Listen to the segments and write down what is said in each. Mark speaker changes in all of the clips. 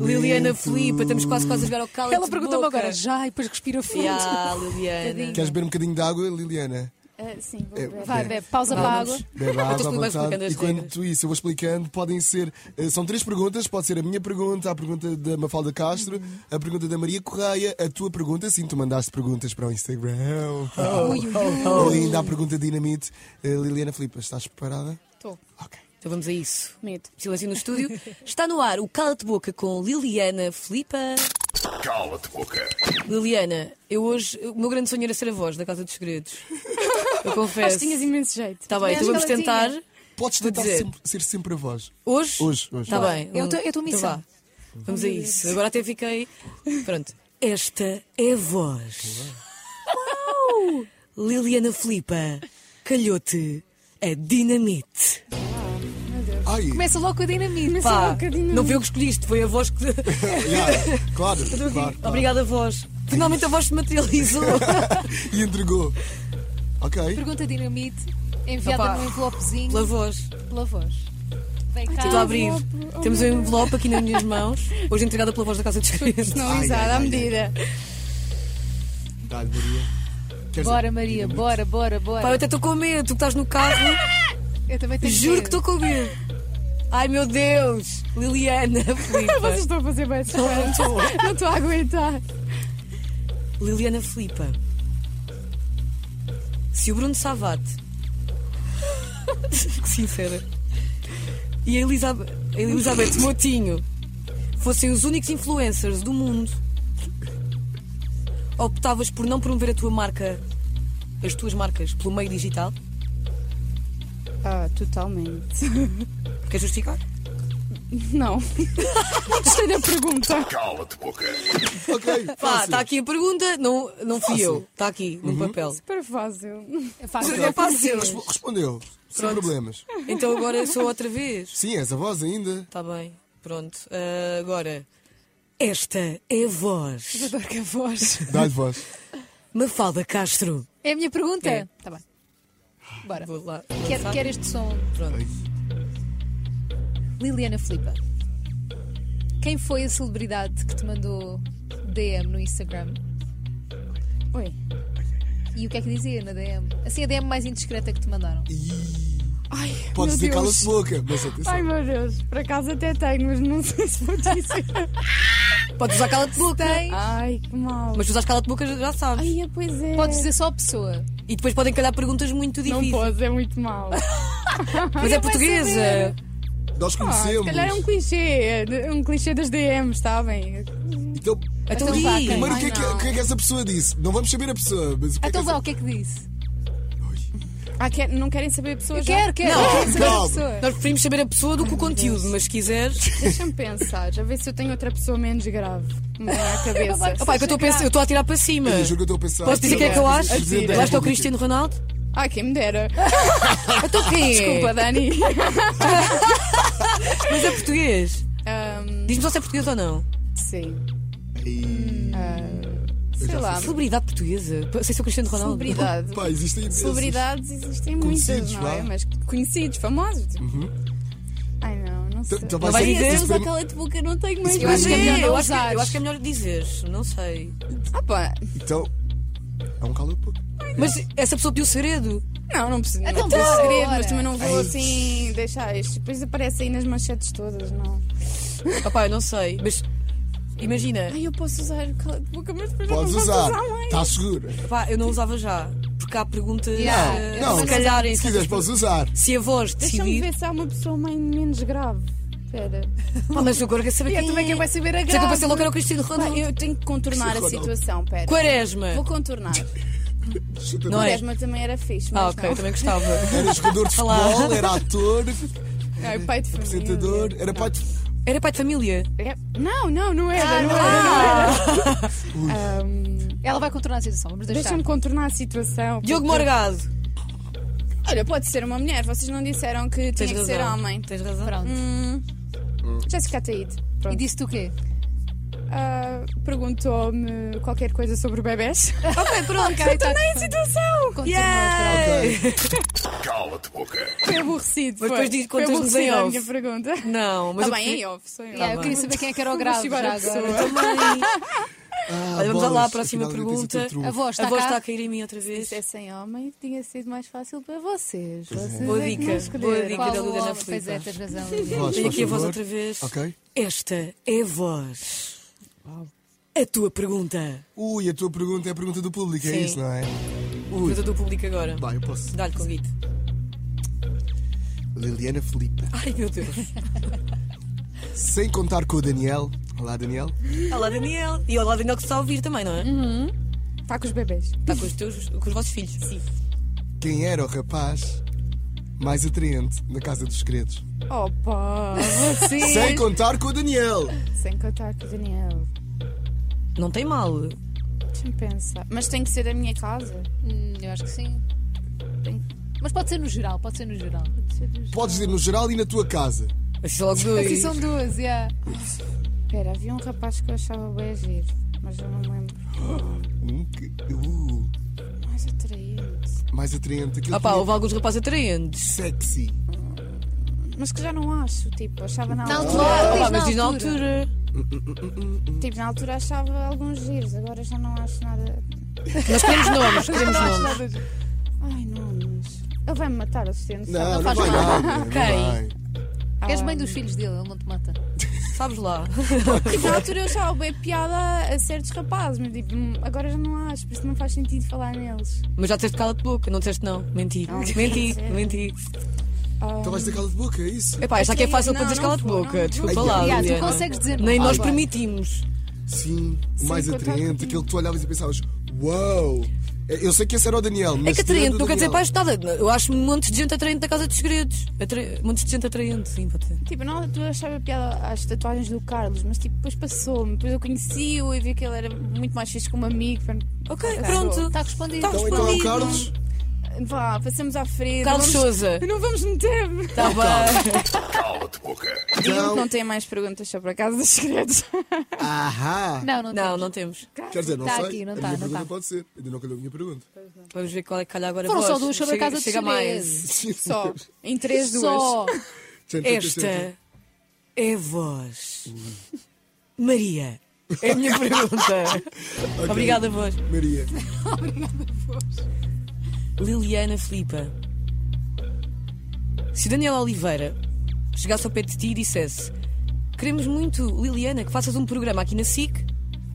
Speaker 1: Liliana Filipa, estamos quase quase a jogar ao cala
Speaker 2: Ela perguntou-me agora já e depois respira fundo.
Speaker 1: Ah, Liliana.
Speaker 3: Queres beber um bocadinho de água, Liliana?
Speaker 4: Ah, sim, vou
Speaker 3: É,
Speaker 4: ver.
Speaker 2: Vai, bebe, pausa para a água.
Speaker 3: Bebe
Speaker 1: Eu
Speaker 3: água à
Speaker 1: estou mais
Speaker 3: vontade.
Speaker 1: explicando as
Speaker 3: E quando
Speaker 1: regras.
Speaker 3: tu isso eu vou explicando, podem ser. eh, São três perguntas: pode ser a minha pergunta, a pergunta da Mafalda Castro, a pergunta da Maria Correia, a tua pergunta. Sim, tu mandaste perguntas para o Instagram. Ou ainda a pergunta de Dinamite. Eh, Liliana Filipa, estás preparada?
Speaker 4: Estou.
Speaker 3: Ok.
Speaker 1: Então vamos a isso.
Speaker 4: Medo.
Speaker 1: Silêncio no estúdio. Está no ar o Cala-te Boca com Liliana Filipa.
Speaker 5: Cala-te boca.
Speaker 1: Liliana, eu hoje. O meu grande sonho era ser a voz da Casa dos Segredos. Eu
Speaker 4: Acho
Speaker 1: confesso.
Speaker 4: que tinhas imenso jeito.
Speaker 2: Tá
Speaker 1: Está bem,
Speaker 4: Acho
Speaker 1: então vamos
Speaker 4: que ela tinha.
Speaker 1: tentar.
Speaker 3: Podes tentar
Speaker 1: dizer.
Speaker 3: sempre- ser sempre a voz.
Speaker 1: Hoje?
Speaker 3: Hoje, hoje.
Speaker 1: Tá bem.
Speaker 2: Eu tô- eu tô missão.
Speaker 1: Então vá. Vamos a isso. Agora até fiquei. Pronto. Esta é a voz. Uau! Liliana Filipa, calhou-te a dinamite.
Speaker 3: Ai,
Speaker 2: Começa logo com a dinamite.
Speaker 1: Pá,
Speaker 4: louca, dinamite.
Speaker 1: não foi eu que escolhiste, foi a voz que.
Speaker 3: yeah, claro, claro, claro.
Speaker 1: Obrigada, voz. Finalmente a voz se materializou.
Speaker 3: E entregou. Ok.
Speaker 2: Pergunta dinamite, enviada
Speaker 1: Opa.
Speaker 2: num envelopezinho
Speaker 1: Pela
Speaker 2: pela,
Speaker 1: voz.
Speaker 2: voz. Vem cá.
Speaker 1: Estou a abrir. Temos um envelope aqui nas minhas mãos. Hoje entregada pela voz da Casa dos Clientes.
Speaker 4: Personalizada à medida.
Speaker 3: Dá-lhe, Maria. Queres-
Speaker 2: Bora, Maria, bora, bora, bora.
Speaker 1: Pá, eu até estou com medo. Tu que estás no carro.
Speaker 2: Eu também tenho
Speaker 1: Juro que
Speaker 2: medo.
Speaker 1: estou com medo. Ai meu Deus! Liliana,
Speaker 4: Vocês
Speaker 1: Filipa.
Speaker 4: estão a fazer bem Não estou a aguentar.
Speaker 1: Liliana Filipa. Se o Bruno Savate. que sincera. E a Elizabeth, a Elizabeth Motinho fossem os únicos influencers do mundo, optavas por não promover a tua marca, as tuas marcas, pelo meio digital?
Speaker 4: Ah, totalmente.
Speaker 1: Queres justificar?
Speaker 4: Não. Não gostei da pergunta.
Speaker 5: Cala-te boca.
Speaker 3: Ok.
Speaker 1: Pá,
Speaker 3: fácil.
Speaker 1: está Tá aqui a pergunta, não, não fui eu, está aqui no papel.
Speaker 4: Super fácil.
Speaker 2: É fácil.
Speaker 1: É fácil.
Speaker 3: Respo- Respondeu. Sem problemas.
Speaker 1: Então agora sou outra vez.
Speaker 3: Sim, és a voz ainda.
Speaker 1: Está Tá bem, pronto. Ah, agora, esta é a voz.
Speaker 4: Adoro que a voz.
Speaker 3: Dá-lhe voz.
Speaker 1: Mafalda Castro.
Speaker 2: É a minha pergunta?
Speaker 1: É.
Speaker 2: Tá bem. Bora.
Speaker 1: Vou lá.
Speaker 2: Quer,
Speaker 1: lançar.
Speaker 2: quer este som?
Speaker 1: Pronto.
Speaker 2: Liliana Filipa. Quem foi a celebridade que te mandou DM no Instagram?
Speaker 4: Oi.
Speaker 2: E o que é que dizia na DM? Assim, a DM mais indiscreta que te mandaram.
Speaker 4: Ai,
Speaker 3: Podes dizer
Speaker 4: meu Deus.
Speaker 3: cala-te boca, mas atenção.
Speaker 4: Ai meu Deus, por acaso até tenho, mas não sei se vou dizer.
Speaker 1: Podes usar cala-te boca.
Speaker 2: Tem.
Speaker 4: Ai, que mal.
Speaker 1: Mas se usares cala-te boca já sabes.
Speaker 4: Ai, é, pois é.
Speaker 2: Podes dizer só a pessoa.
Speaker 1: E depois podem calhar perguntas muito
Speaker 4: Não
Speaker 1: difíceis.
Speaker 4: podes, é muito mal.
Speaker 1: Mas é portuguesa.
Speaker 3: Nós
Speaker 4: Ah, se
Speaker 3: conhecemos.
Speaker 4: calhar é um clichê, um clichê das DMs, está bem?
Speaker 3: Então,
Speaker 1: Então
Speaker 2: Então
Speaker 1: diz.
Speaker 2: vá, quem?
Speaker 3: primeiro, o
Speaker 2: Ai,
Speaker 3: que, é que,
Speaker 2: não.
Speaker 3: o que é que essa pessoa disse? Não vamos saber a pessoa, mas o que
Speaker 2: Então
Speaker 3: é que
Speaker 2: vá, o que é que disse?
Speaker 4: Ah, quer- não querem saber pessoas? já?
Speaker 2: Quero, quero.
Speaker 1: Não,
Speaker 2: quero saber a
Speaker 3: calma.
Speaker 2: pessoa.
Speaker 1: Nós preferimos saber a pessoa do que o conteúdo, mas se quiseres.
Speaker 4: Deixa-me pensar, a ver se eu tenho outra pessoa menos grave na minha cabeça.
Speaker 1: Opa, é que eu estou a pensar- eu estou a tirar para cima.
Speaker 3: Eu juro que eu estou a pensar.
Speaker 1: Posso dizer quem é que eu acho?
Speaker 3: Presidente da
Speaker 1: Eu acho que é
Speaker 3: República.
Speaker 1: o Cristiano Ronaldo.
Speaker 4: Ai, quem me dera.
Speaker 1: Então quem é?
Speaker 4: Desculpa, Dani.
Speaker 1: Mas é português.
Speaker 4: Ahm,
Speaker 1: Diz-me só se é português ou não.
Speaker 4: sim.
Speaker 3: Ei,
Speaker 4: Ah, sei lá.
Speaker 1: Celebridade portuguesa. Não sei se é o Cristiano Ronaldo.
Speaker 4: Celebridade.
Speaker 3: Pá, existem imensos.
Speaker 4: Celebridades existem
Speaker 3: Conhecidos,
Speaker 4: muitas, não é?
Speaker 3: vá.
Speaker 4: Mas conhecidos, famosos. tipo. Ai, não, não sei.
Speaker 3: Então- Então
Speaker 1: Não vai
Speaker 3: ser-
Speaker 1: dizer,
Speaker 3: isso para mim-
Speaker 4: de boca, não tenho mais
Speaker 2: Eu acho que é melhor não
Speaker 1: eu acho que-
Speaker 2: usares.
Speaker 1: eu acho que é melhor dizeres, não sei.
Speaker 4: Ah, pá.
Speaker 3: Então, é um cala-te boca.
Speaker 1: Mas essa pessoa pediu segredo.
Speaker 4: Não, não preciso.
Speaker 2: Então
Speaker 4: não tenho
Speaker 2: bora,
Speaker 4: segredo,
Speaker 2: bora.
Speaker 4: mas também não vou
Speaker 3: Ai.
Speaker 4: assim deixar isto. Depois aparece aí nas manchetes todas, não.
Speaker 1: Opá, eu não sei. Mas imagina,
Speaker 4: Ai, eu posso usar o cala de boca, mas depois eu
Speaker 3: Podes
Speaker 4: não posso
Speaker 3: usar.
Speaker 4: usar
Speaker 1: um,
Speaker 4: mais.
Speaker 3: Está seguro.
Speaker 1: opá, eu não usava já. Porque há perguntas.
Speaker 2: Yeah.
Speaker 1: eh,
Speaker 3: Não,
Speaker 1: se
Speaker 3: não.
Speaker 1: calhar, em
Speaker 3: Se
Speaker 1: certas
Speaker 3: quiseres, podes usar.
Speaker 1: Se a voz
Speaker 4: Deixa-me
Speaker 1: decidir.
Speaker 4: ver se há uma pessoa mais, menos grave. Espera.
Speaker 1: Pá, mas eu agora quero saber
Speaker 4: Eu
Speaker 1: quem
Speaker 4: também
Speaker 1: é.
Speaker 4: quem vai saber a
Speaker 1: Sei que eu um pensei
Speaker 4: grave.
Speaker 1: logo que era o Cristiano Ronaldo.
Speaker 4: Bem, eu tenho que contornar a
Speaker 3: Ronaldo.
Speaker 4: situação, pera.
Speaker 1: Quaresma.
Speaker 4: Vou contornar.
Speaker 3: Chuta-te.
Speaker 1: Não é?
Speaker 4: Quaresma também era fixe, mas
Speaker 1: Ah, ok, eu também gostava.
Speaker 3: Era um jogador de
Speaker 1: Olá.
Speaker 3: futebol, era ator,
Speaker 4: não. Ai, Ah, é pai de família.
Speaker 3: apresentador, era pai de.
Speaker 1: Era pai de família.
Speaker 4: É- Não, não, não era,
Speaker 2: Ah,
Speaker 4: não
Speaker 2: não
Speaker 4: era, não
Speaker 3: Ui.
Speaker 4: era. Ahm,
Speaker 2: Ela vai contornar a situação, vamos deixar.
Speaker 4: Deixa-me contornar a situação.
Speaker 1: Então Diogo
Speaker 4: porque-
Speaker 1: Morgado.
Speaker 4: Olha, pode ser uma mulher, vocês não disseram que tinha
Speaker 1: Tens
Speaker 4: que
Speaker 1: razão.
Speaker 4: ser homem.
Speaker 1: Tens razão.
Speaker 2: Pronto.
Speaker 4: Hum. Jéssica Ataíde.
Speaker 2: E
Speaker 4: Pronto.
Speaker 2: disse-te o quê?
Speaker 4: Ah, Perguntou-me qualquer coisa sobre bebés.
Speaker 2: Ok, tá. pronto, cá está.
Speaker 4: Também em situação!
Speaker 2: Conta-me,
Speaker 1: Yeah!
Speaker 3: Ok.
Speaker 5: Cala-te boca.
Speaker 4: Foi aborrecido.
Speaker 1: Mas
Speaker 4: foi.
Speaker 1: depois diz-
Speaker 4: Foi
Speaker 1: contas-nos em
Speaker 4: aborrecida a
Speaker 1: off.
Speaker 4: minha pergunta.
Speaker 1: Não, mas
Speaker 4: Está
Speaker 1: Tá é eu
Speaker 4: bem,
Speaker 1: prefiro-
Speaker 4: em off, sou em
Speaker 2: Yeah, eu
Speaker 4: off.
Speaker 1: bem.
Speaker 2: queria saber quem é que era o grave já
Speaker 4: Vou chivar a
Speaker 2: agora. Então,
Speaker 4: pessoa.
Speaker 1: Também.
Speaker 3: Ah,
Speaker 1: Olha, vamos lá
Speaker 3: bolas,
Speaker 1: à próxima
Speaker 3: afinal, eu tenho
Speaker 1: pergunta.
Speaker 3: sempre truque.
Speaker 2: A voz
Speaker 1: A
Speaker 2: está
Speaker 1: voz tá está
Speaker 2: cá?
Speaker 1: a cair em mim outra
Speaker 4: Se
Speaker 1: vez.
Speaker 4: dissessem é homem, tinha sido mais fácil para vocês. vocês
Speaker 1: Boa
Speaker 4: é que
Speaker 1: dica,
Speaker 4: não escolheram.
Speaker 1: boa dica.
Speaker 2: Qual
Speaker 1: da Liliana
Speaker 2: o homem?
Speaker 1: Filipa.
Speaker 2: Pois é, tens razão.
Speaker 3: Voz,
Speaker 1: Tenho
Speaker 3: faz
Speaker 1: aqui a voz
Speaker 3: favor.
Speaker 1: outra vez.
Speaker 3: Ok.
Speaker 1: Esta é a voz. A tua pergunta.
Speaker 3: Ui, a tua pergunta é a pergunta do público, é
Speaker 1: Sim.
Speaker 3: isso, não é?
Speaker 1: Pergunta do público agora.
Speaker 3: Vai, eu posso.
Speaker 1: Dá-lhe com guito.
Speaker 3: Liliana Felipe.
Speaker 1: Ai meu Deus.
Speaker 3: Sem contar com o Daniel. Olá, Daniel.
Speaker 1: Olá Daniel. E olá Daniel que está a ouvir também, não é?
Speaker 4: Está Tá com os bebês.
Speaker 1: Está com os teus, com os vossos filhos. Sim.
Speaker 3: Quem era o rapaz mais atraente na Casa dos Segredos?
Speaker 4: Opa, vocês.
Speaker 3: Sem contar com o Daniel.
Speaker 4: Sem contar com o Daniel.
Speaker 1: Não tem mal.
Speaker 4: Deixa-me pensar. Mas tem que ser a minha casa.
Speaker 2: Hum, eu acho que sim.
Speaker 4: Tem
Speaker 2: Mas pode ser no geral, pode ser no geral.
Speaker 4: que ser dos.
Speaker 3: Podes dizer no geral e na tua casa.
Speaker 1: Mas são logo
Speaker 2: Assim
Speaker 1: dois.
Speaker 2: são duas, yeah.
Speaker 4: Espera, havia um rapaz que eu achava bem agir, mas eu não me lembro.
Speaker 3: Hum, que- uh,
Speaker 4: Mais atraente.
Speaker 3: mais atraente. Aquele
Speaker 1: Ah pá,
Speaker 3: que- é
Speaker 1: houve alguns rapazes atraentes.
Speaker 3: Sexy.
Speaker 4: Mas que já não acho. Tipo, achava na
Speaker 2: Na
Speaker 4: altura.
Speaker 2: altura,
Speaker 1: Ah,
Speaker 2: diz
Speaker 1: pá,
Speaker 2: na
Speaker 1: mas diz na
Speaker 2: altura.
Speaker 1: altura.
Speaker 4: Tipo, na altura achava alguns giros, agora já não acho nada.
Speaker 1: Mas queremos nomes, queremos nomes.
Speaker 4: Ai, nomes. Ele vai me matar, assistente. Ah,
Speaker 3: Não, não,
Speaker 2: faz
Speaker 3: vai
Speaker 2: mal.
Speaker 3: nada.
Speaker 1: Ok.
Speaker 3: Não
Speaker 2: És
Speaker 1: Ah.
Speaker 2: mãe dos filhos dele, ele não te mata.
Speaker 1: Sabes lá.
Speaker 4: Tipo, na altura eu achava bem piada a certos rapazes, mas tipo, hum, agora já não acho, por isso não faz sentido falar neles.
Speaker 1: Mas já disseste cala-te boca, não disseste não. Menti.
Speaker 4: Não,
Speaker 1: menti,
Speaker 4: não.
Speaker 1: menti.
Speaker 4: Ah,
Speaker 3: vai. Então vais dizer cala de boca, é isso?
Speaker 1: Epá, esta aqui é fácil
Speaker 4: Não,
Speaker 1: para dizer
Speaker 4: não
Speaker 1: cala-te
Speaker 4: vou, não
Speaker 1: boca.
Speaker 4: vou.
Speaker 1: Desculpa lá,
Speaker 2: Yeah, tu
Speaker 1: Liliana.
Speaker 2: consegues dizer não.
Speaker 1: Nem
Speaker 2: Ah,
Speaker 1: nós
Speaker 2: vai.
Speaker 1: permitimos.
Speaker 3: Sim, o mais
Speaker 4: contar
Speaker 3: atraente.
Speaker 4: com-
Speaker 3: Aquele que tu olhavas e pensavas, uau. É, Eu sei que esse era o Daniel, mas.
Speaker 1: É que atraente,
Speaker 3: tirando o
Speaker 1: não quer dizer
Speaker 3: Daniel-
Speaker 1: apaixonada. Eu acho montes de gente atraente da Casa dos Segredos. Atra... Montes de gente atraente, sim, pode ser.
Speaker 4: Tipo, na altura eu achava piada às tatuagens do Carlos, mas tipo, depois passou-me, depois eu conheci-o e vi que ele era muito mais fixe como amigo. pronto.
Speaker 1: Ok,
Speaker 4: Ok.
Speaker 1: pronto.
Speaker 2: Está respondido.
Speaker 1: Tá
Speaker 3: Então, então é o
Speaker 1: Respondido.
Speaker 3: Carlos.
Speaker 4: Vá, passamos à frente.
Speaker 1: Carlos
Speaker 4: não vamos,
Speaker 1: Souza.
Speaker 4: Não vamos meter me
Speaker 1: Está Tá bem.
Speaker 5: Cala-te boca.
Speaker 4: Digam
Speaker 3: Então-
Speaker 4: que não tem mais perguntas sobre a Casa dos Segredos.
Speaker 3: Ahá.
Speaker 2: Não,
Speaker 1: Não,
Speaker 2: não, não.
Speaker 1: não temos.
Speaker 3: Quer dizer, não
Speaker 2: Tá
Speaker 3: sei.
Speaker 2: aqui, não
Speaker 3: a
Speaker 2: tá,
Speaker 3: minha
Speaker 2: não
Speaker 3: pergunta
Speaker 2: tá.
Speaker 3: pode ser. Ainda não calhou a minha pergunta.
Speaker 1: Vamos ver qual é que calha agora.
Speaker 2: Foram
Speaker 1: a
Speaker 2: só
Speaker 1: voz.
Speaker 2: duas sobre a
Speaker 1: Chega-
Speaker 2: Casa dos
Speaker 1: Chega mais.
Speaker 2: Segredos.
Speaker 4: Só. Em três, duas.
Speaker 2: Só.
Speaker 1: Esta é a voz. Maria. É a minha pergunta.
Speaker 3: Ok.
Speaker 1: Obrigada, voz.
Speaker 3: Maria.
Speaker 1: Liliana Filipa. Se Daniela Oliveira chegasse ao pé de ti e dissesse: Queremos muito, Liliana, que faças um programa aqui na SIC,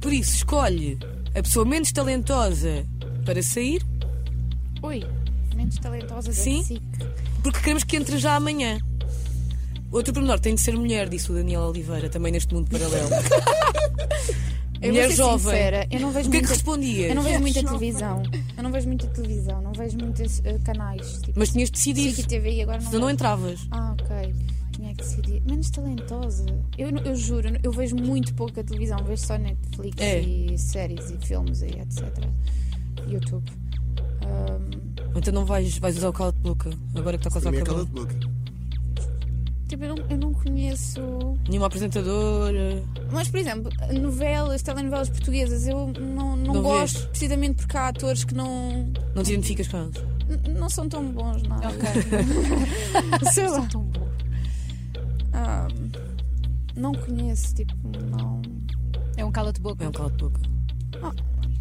Speaker 1: por isso escolhe a pessoa menos talentosa para sair,
Speaker 4: Oi, menos é talentosa da
Speaker 1: Sim?
Speaker 4: SIC.
Speaker 1: porque queremos que entre já amanhã. Outro pormenor tem de ser mulher, disse o Daniel Oliveira, também neste mundo paralelo.
Speaker 4: Eu
Speaker 1: mulher
Speaker 4: vou ser
Speaker 1: jovem.
Speaker 4: sincera, eu não vejo
Speaker 1: o que é que
Speaker 4: muita-
Speaker 1: respondias?
Speaker 4: Eu não vejo muita televisão. Eu não vejo muita televisão, não vejo muitos eh, canais. Tipo,
Speaker 1: Mas tinhas de decidir,
Speaker 4: SIC e TV e agora não.
Speaker 1: senão não
Speaker 4: vejo.
Speaker 1: entravas.
Speaker 4: Ah, ok. Tinha que decidir. Menos talentosa. Eu, não- eu juro, eu vejo muito pouca televisão. Vejo só Netflix
Speaker 1: É.
Speaker 4: e séries e filmes e etc. YouTube. Ahm,
Speaker 1: Então não vais, vais usar o calo de boca, agora que está quase a
Speaker 3: Também é cala
Speaker 1: acabar.
Speaker 3: de boca.
Speaker 4: tipo, eu não, eu não conheço.
Speaker 1: Nenhuma apresentadora.
Speaker 4: Mas, por exemplo, novelas, telenovelas portuguesas, eu não, não,
Speaker 1: Não
Speaker 4: gosto
Speaker 1: vês?
Speaker 4: precisamente porque há atores que não.
Speaker 1: Não te identificas com elas?
Speaker 4: n- não são tão bons, não. é?
Speaker 2: Sei lá. é Tão bom.
Speaker 4: Ah, não conheço, tipo, não.
Speaker 2: É um cala-te-boca.
Speaker 1: É um calo de boca.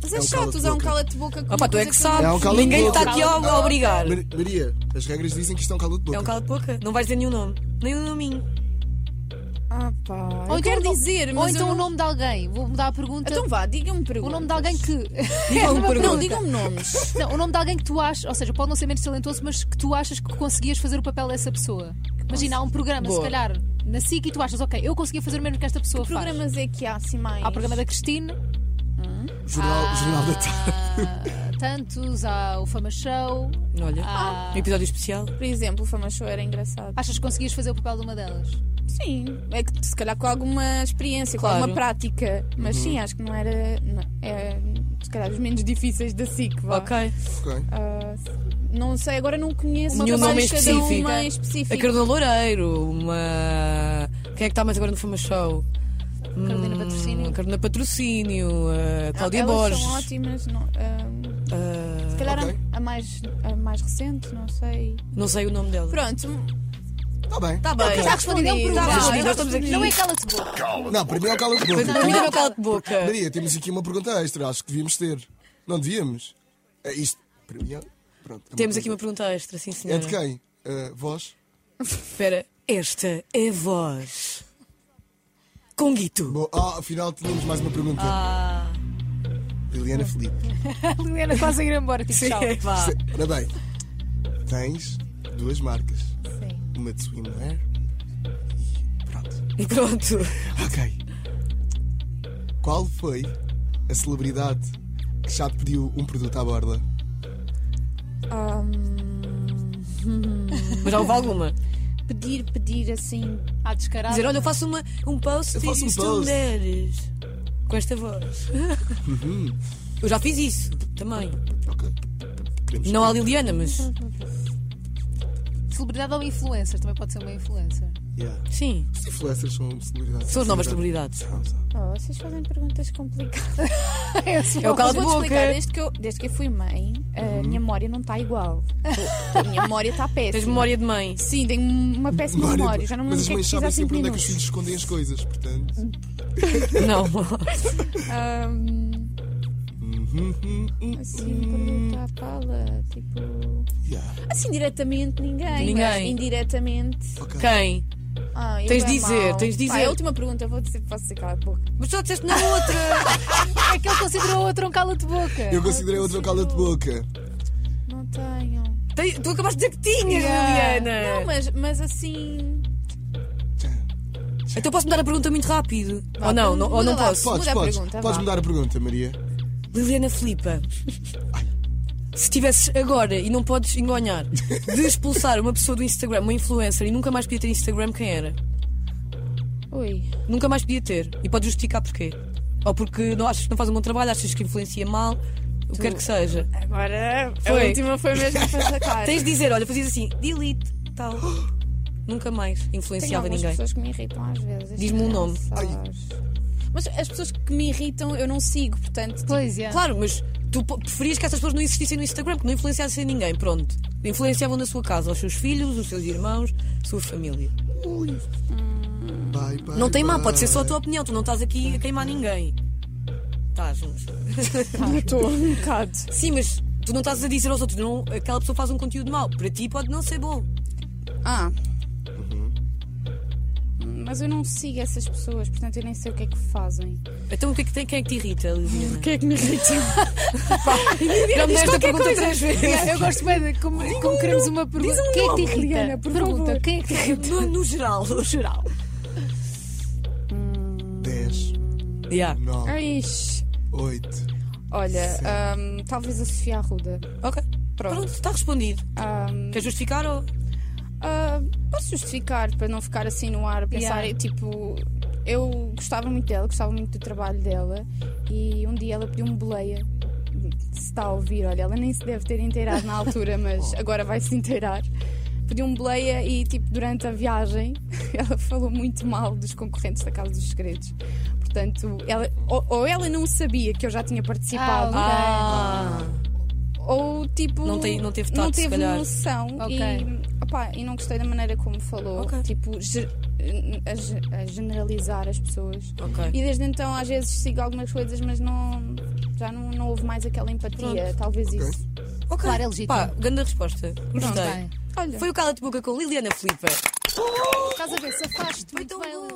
Speaker 4: Mas
Speaker 3: É
Speaker 4: é,
Speaker 3: um
Speaker 4: chato usar um
Speaker 3: cala-te
Speaker 4: cala-te-boca
Speaker 2: Ah,
Speaker 4: com.
Speaker 1: Opa, tu é
Speaker 4: coisa
Speaker 1: que
Speaker 4: eu
Speaker 1: sabes.
Speaker 4: não-
Speaker 3: É um cala de
Speaker 1: Ninguém
Speaker 3: boca.
Speaker 1: está aqui a a obrigar.
Speaker 3: Mar- Maria, as regras dizem que isto é um cala de boca.
Speaker 1: É um calo de boca. Não vais dizer nenhum nome. Nem um nominho.
Speaker 4: Ah, pá.
Speaker 2: Ou
Speaker 4: eu
Speaker 2: então
Speaker 4: quero
Speaker 2: o no-
Speaker 4: dizer, mas.
Speaker 2: Ou
Speaker 4: eu
Speaker 2: então o
Speaker 4: não...
Speaker 2: nome de alguém. Vou mudar a pergunta.
Speaker 4: Então vá, digam-me
Speaker 2: O
Speaker 4: perguntas.
Speaker 2: nome de alguém que.
Speaker 1: Digam-me
Speaker 2: Não,
Speaker 1: pergunta.
Speaker 4: Não, digam-me nomes.
Speaker 2: Não, o nome de alguém que tu achas, ou seja, pode não ser menos talentoso, mas que tu achas que conseguias fazer o papel dessa pessoa. Imagina, há um programa,
Speaker 1: Boa.
Speaker 2: se calhar, na SIC e tu achas, ok, eu conseguia fazer o mesmo que esta pessoa
Speaker 4: Que
Speaker 2: faz.
Speaker 4: programas é que há assim mais?
Speaker 2: Há o programa da Cristina,
Speaker 3: Jornal,
Speaker 2: Ah.
Speaker 3: jornal da tarde.
Speaker 2: há tantos, há o Fama Show.
Speaker 1: Olha.
Speaker 2: há-
Speaker 1: Um episódio especial.
Speaker 4: Por exemplo, o Fama Show era engraçado.
Speaker 2: Achas que conseguias fazer o papel de uma delas?
Speaker 4: Sim, é que se calhar com alguma experiência,
Speaker 1: Claro.
Speaker 4: com alguma prática. Mas sim, acho que não era. Não, é, se calhar os menos difíceis da SIC, vá.
Speaker 1: Ok.
Speaker 3: Ok.
Speaker 4: Ah, não sei, agora não conheço
Speaker 1: Nenhum
Speaker 4: trabalho
Speaker 1: nome
Speaker 4: de cada
Speaker 1: específico.
Speaker 4: uma em
Speaker 1: A
Speaker 4: específico.
Speaker 1: Carolina Loureiro. Uma. Quem é que está mais agora no Fama Show?
Speaker 2: Carolina Patrocínio.
Speaker 1: Carolina Patrocínio, a Cláudia
Speaker 4: Ah, Elas
Speaker 1: Borges.
Speaker 4: são ótimas. Não, ah,
Speaker 1: ah,
Speaker 4: se calhar a-
Speaker 3: Ok.
Speaker 4: a, mais, a mais recente, não sei.
Speaker 1: não sei o nome dela. Tá
Speaker 4: Pronto,
Speaker 3: Está Tá bem.
Speaker 4: está bem.
Speaker 2: Está respondido, é um
Speaker 4: Está
Speaker 2: programa.
Speaker 1: respondido,
Speaker 2: Nós
Speaker 1: nós estamos aqui.
Speaker 2: Não é cala-te boca.
Speaker 5: Cala-te
Speaker 3: Não, para mim é o cala de
Speaker 1: Foi
Speaker 3: boca.
Speaker 1: para mim era o cala de boca.
Speaker 3: Maria, temos aqui uma pergunta extra, acho que devíamos ter. Não devíamos? É isto, para mim é... Pronto, é
Speaker 1: Temos aqui uma
Speaker 3: pergunta.
Speaker 1: pergunta extra, sim
Speaker 3: É
Speaker 1: senhora.
Speaker 3: de quem? Ah, vós?
Speaker 1: Espera, esta é a voz. Conguito.
Speaker 3: Bom, ah, afinal tínhamos mais uma pergunta.
Speaker 4: Ah.
Speaker 3: Liliana Felipe.
Speaker 2: A Liliana quase a ir embora, tipo, tchau.
Speaker 1: Vá.
Speaker 3: Se- Ora bem, tens duas marcas. Uma de swimwear e pronto.
Speaker 1: E pronto.
Speaker 3: Ok. Qual foi a celebridade que já te pediu um produto à borda?
Speaker 1: Mas já houve alguma.
Speaker 4: pedir, pedir assim.
Speaker 2: Ah, descarado.
Speaker 1: Dizer, olha, eu faço uma, um post
Speaker 3: Eu
Speaker 1: e
Speaker 3: faço um
Speaker 1: se tu
Speaker 3: post.
Speaker 1: me deres. Com esta voz. Eu já fiz isso também.
Speaker 3: Ok. Queremos
Speaker 1: Não à Liliana, mas
Speaker 2: Celebridade ou influencer? Também pode ser uma influencer.
Speaker 3: Yeah.
Speaker 1: sim.
Speaker 3: Os influencers são celebridades.
Speaker 1: São as novas celebridades.
Speaker 3: São, são.
Speaker 4: Oh, vocês fazem perguntas complicadas. assim.
Speaker 1: É o cala de
Speaker 4: Vou-te explicar,
Speaker 1: boca.
Speaker 4: desde que, eu, desde que eu fui mãe,
Speaker 3: Uhum.
Speaker 4: a minha memória não está igual. a minha memória está péssima.
Speaker 1: Tens memória de mãe.
Speaker 4: Sim, tenho uma péssima memória. Já não me
Speaker 3: Mas
Speaker 4: lembro
Speaker 3: as
Speaker 4: o que é
Speaker 3: mães
Speaker 4: que fiz
Speaker 3: sabem
Speaker 4: há 5
Speaker 3: sempre onde é que os
Speaker 4: minutos.
Speaker 3: filhos escondem as coisas, portanto.
Speaker 1: Não.
Speaker 4: Ahm,
Speaker 3: Hum.
Speaker 4: assim, pergunta à pala, tipo.
Speaker 3: Yeah.
Speaker 4: Assim, diretamente ninguém.
Speaker 1: Ninguém.
Speaker 4: mas indiretamente.
Speaker 3: Ok.
Speaker 1: Quem?
Speaker 4: Ah, eu
Speaker 1: Tens
Speaker 4: é
Speaker 1: de dizer,
Speaker 4: mau.
Speaker 1: tens de
Speaker 4: Pá,
Speaker 1: dizer.
Speaker 4: a última pergunta, vou dizer, posso dizer cala a boca.
Speaker 1: Mas só disseste na outra.
Speaker 2: É que ele considerou a outra um cala-te boca.
Speaker 3: Eu considerei outra cala de boca.
Speaker 4: Não tenho.
Speaker 1: Tem- tu acabaste de dizer que tinhas,
Speaker 2: Yeah.
Speaker 1: Liliana.
Speaker 4: Não, mas, mas assim.
Speaker 1: Então posso mudar a pergunta muito rápido. ou não, não- ou
Speaker 4: muda
Speaker 1: não
Speaker 4: lá.
Speaker 1: posso.
Speaker 3: Podes,
Speaker 4: Muda a
Speaker 3: podes.
Speaker 4: pergunta,
Speaker 3: podes
Speaker 4: vá.
Speaker 3: mudar a pergunta, Maria.
Speaker 1: Liliana Filipa. Se tivesses agora, e não podes engonhar, de expulsar uma pessoa do Instagram, uma influencer, e nunca mais podia ter Instagram, quem era?
Speaker 4: Ui.
Speaker 1: Nunca mais podia ter. E podes justificar porquê. Ou porque não achas que não faz um bom trabalho, achas que influencia mal, o que quer que seja.
Speaker 4: Agora.
Speaker 1: Foi.
Speaker 4: A última foi mesmo para sacar.
Speaker 1: Tens de dizer, olha, fazias assim, delete, tal. Nunca mais
Speaker 4: Tenho
Speaker 1: influenciava
Speaker 4: algumas
Speaker 1: ninguém.
Speaker 4: pessoas que me irritam às vezes.
Speaker 1: Diz-me um nome.
Speaker 4: Desgraçados. Mas as pessoas que me irritam eu não sigo, portanto.
Speaker 2: Pois, é.
Speaker 1: Claro, mas tu po- preferias que essas pessoas não existissem no Instagram, que não influenciassem ninguém, pronto. Influenciavam na sua casa, os seus filhos, os seus irmãos, a sua família.
Speaker 3: Bye, bye,
Speaker 1: Não tem má,
Speaker 3: bye.
Speaker 1: pode ser só a tua opinião, tu não estás aqui a queimar ninguém. Estás, mas... Ah,
Speaker 4: Estou um bocado.
Speaker 1: Sim, mas tu não estás a dizer aos outros, não, aquela pessoa faz um conteúdo mau, para ti pode não ser bom.
Speaker 4: Ah. Mas eu não sigo essas pessoas, portanto eu nem sei o que é que fazem.
Speaker 1: Então o que é que tem, quem é que te irrita, Liliana?
Speaker 4: que é que me irritam?
Speaker 1: Já me
Speaker 2: Diz
Speaker 1: deste a
Speaker 2: é qualquer
Speaker 1: pergunta
Speaker 2: coisa.
Speaker 1: três vezes.
Speaker 2: Eu gosto bem de como, como queremos uma pergunta.
Speaker 1: Diz um
Speaker 2: quem é que
Speaker 1: nome,
Speaker 2: te irrita?
Speaker 4: Liliana, por
Speaker 2: pergunta,
Speaker 4: favor.
Speaker 2: quem é que te irrita?
Speaker 1: No, no geral. No geral.
Speaker 3: 10,
Speaker 1: Yeah.
Speaker 3: 9,
Speaker 4: Aish.
Speaker 3: 8.
Speaker 4: Olha, ahm, talvez a Sofia Arruda.
Speaker 1: Ok. Pronto, está respondido.
Speaker 4: Ahm,
Speaker 1: Queres justificar ou.
Speaker 4: ah, posso justificar para não ficar assim no ar a pensar,
Speaker 2: Yeah.
Speaker 4: tipo, eu gostava muito dela, gostava muito do trabalho dela e um dia ela pediu-me boleia. Se está a ouvir, olha, ela nem se deve ter inteirado na altura, mas agora vai se inteirar. Pediu-me boleia e, tipo, durante a viagem, ela falou muito mal dos concorrentes da Casa dos Segredos. Portanto, ela, ou, ou ela não sabia que eu já tinha participado,
Speaker 2: Ah,
Speaker 1: Ah.
Speaker 4: ou tipo
Speaker 1: Não tem- não teve
Speaker 4: não
Speaker 1: tato, se
Speaker 4: teve
Speaker 1: calhar.
Speaker 4: noção
Speaker 2: Ok.
Speaker 4: e, opá, e não gostei da maneira como falou
Speaker 1: Ok.
Speaker 4: tipo ge- a, ge- a generalizar as pessoas
Speaker 1: Ok.
Speaker 4: e desde então às vezes sigo algumas coisas mas não já não, não houve mais aquela empatia talvez isso
Speaker 1: Ok.
Speaker 2: Claro, é legítimo.
Speaker 1: Pá, grande resposta. Gostei.
Speaker 2: bem.
Speaker 4: olha
Speaker 1: Foi o Cala de Boca com Liliana Filipa.
Speaker 2: Estás a ver, safaste muito
Speaker 1: tão
Speaker 2: bem,
Speaker 1: bom.
Speaker 2: Liliana.